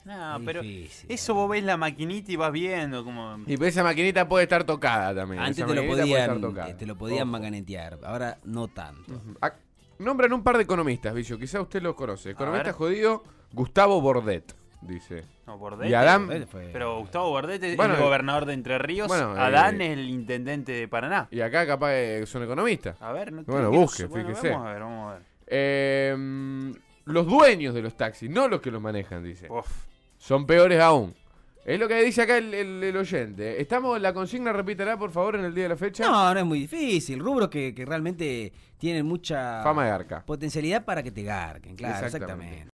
[SPEAKER 3] No, pero
[SPEAKER 1] Difícil. eh.
[SPEAKER 3] eso vos ves la maquinita y vas viendo como...
[SPEAKER 2] Y pero esa maquinita puede estar tocada también.
[SPEAKER 1] Antes
[SPEAKER 2] esa
[SPEAKER 1] te lo
[SPEAKER 2] maquinita puede estar
[SPEAKER 1] podían,
[SPEAKER 2] tocada.
[SPEAKER 1] eh, te lo podían
[SPEAKER 2] Ojo.
[SPEAKER 1] manganetear, ahora no tanto.
[SPEAKER 2] Ah, Nombran un par de economistas, Villo, quizá usted los conoce. Economista
[SPEAKER 3] ver.
[SPEAKER 2] jodido, Gustavo Bordet, dice.
[SPEAKER 3] No, Bordet.
[SPEAKER 2] Y Adán-
[SPEAKER 1] Bordet fue-
[SPEAKER 3] Pero Gustavo Bordet es
[SPEAKER 2] Bueno,
[SPEAKER 3] el gobernador de Entre Ríos.
[SPEAKER 2] bueno, eh,
[SPEAKER 3] Adán es el intendente de Paraná.
[SPEAKER 2] Y acá capaz que son economistas.
[SPEAKER 3] A ver, no
[SPEAKER 2] Bueno,
[SPEAKER 3] creo que no
[SPEAKER 2] busque,
[SPEAKER 3] se- bueno,
[SPEAKER 2] fíjese.
[SPEAKER 3] Vamos a ver, vamos a ver.
[SPEAKER 2] Eh, los dueños de los taxis, no los que los manejan, dice.
[SPEAKER 3] Uf.
[SPEAKER 2] Son peores aún. Es lo que dice acá el, el- el oyente. Estamos, la consigna repítala, por favor, en el día de la fecha.
[SPEAKER 1] No, no es muy difícil. Rubros que, que realmente tienen mucha
[SPEAKER 2] Fama de arca.
[SPEAKER 1] potencialidad para que te garquen, claro,
[SPEAKER 2] Exactamente.
[SPEAKER 1] exactamente.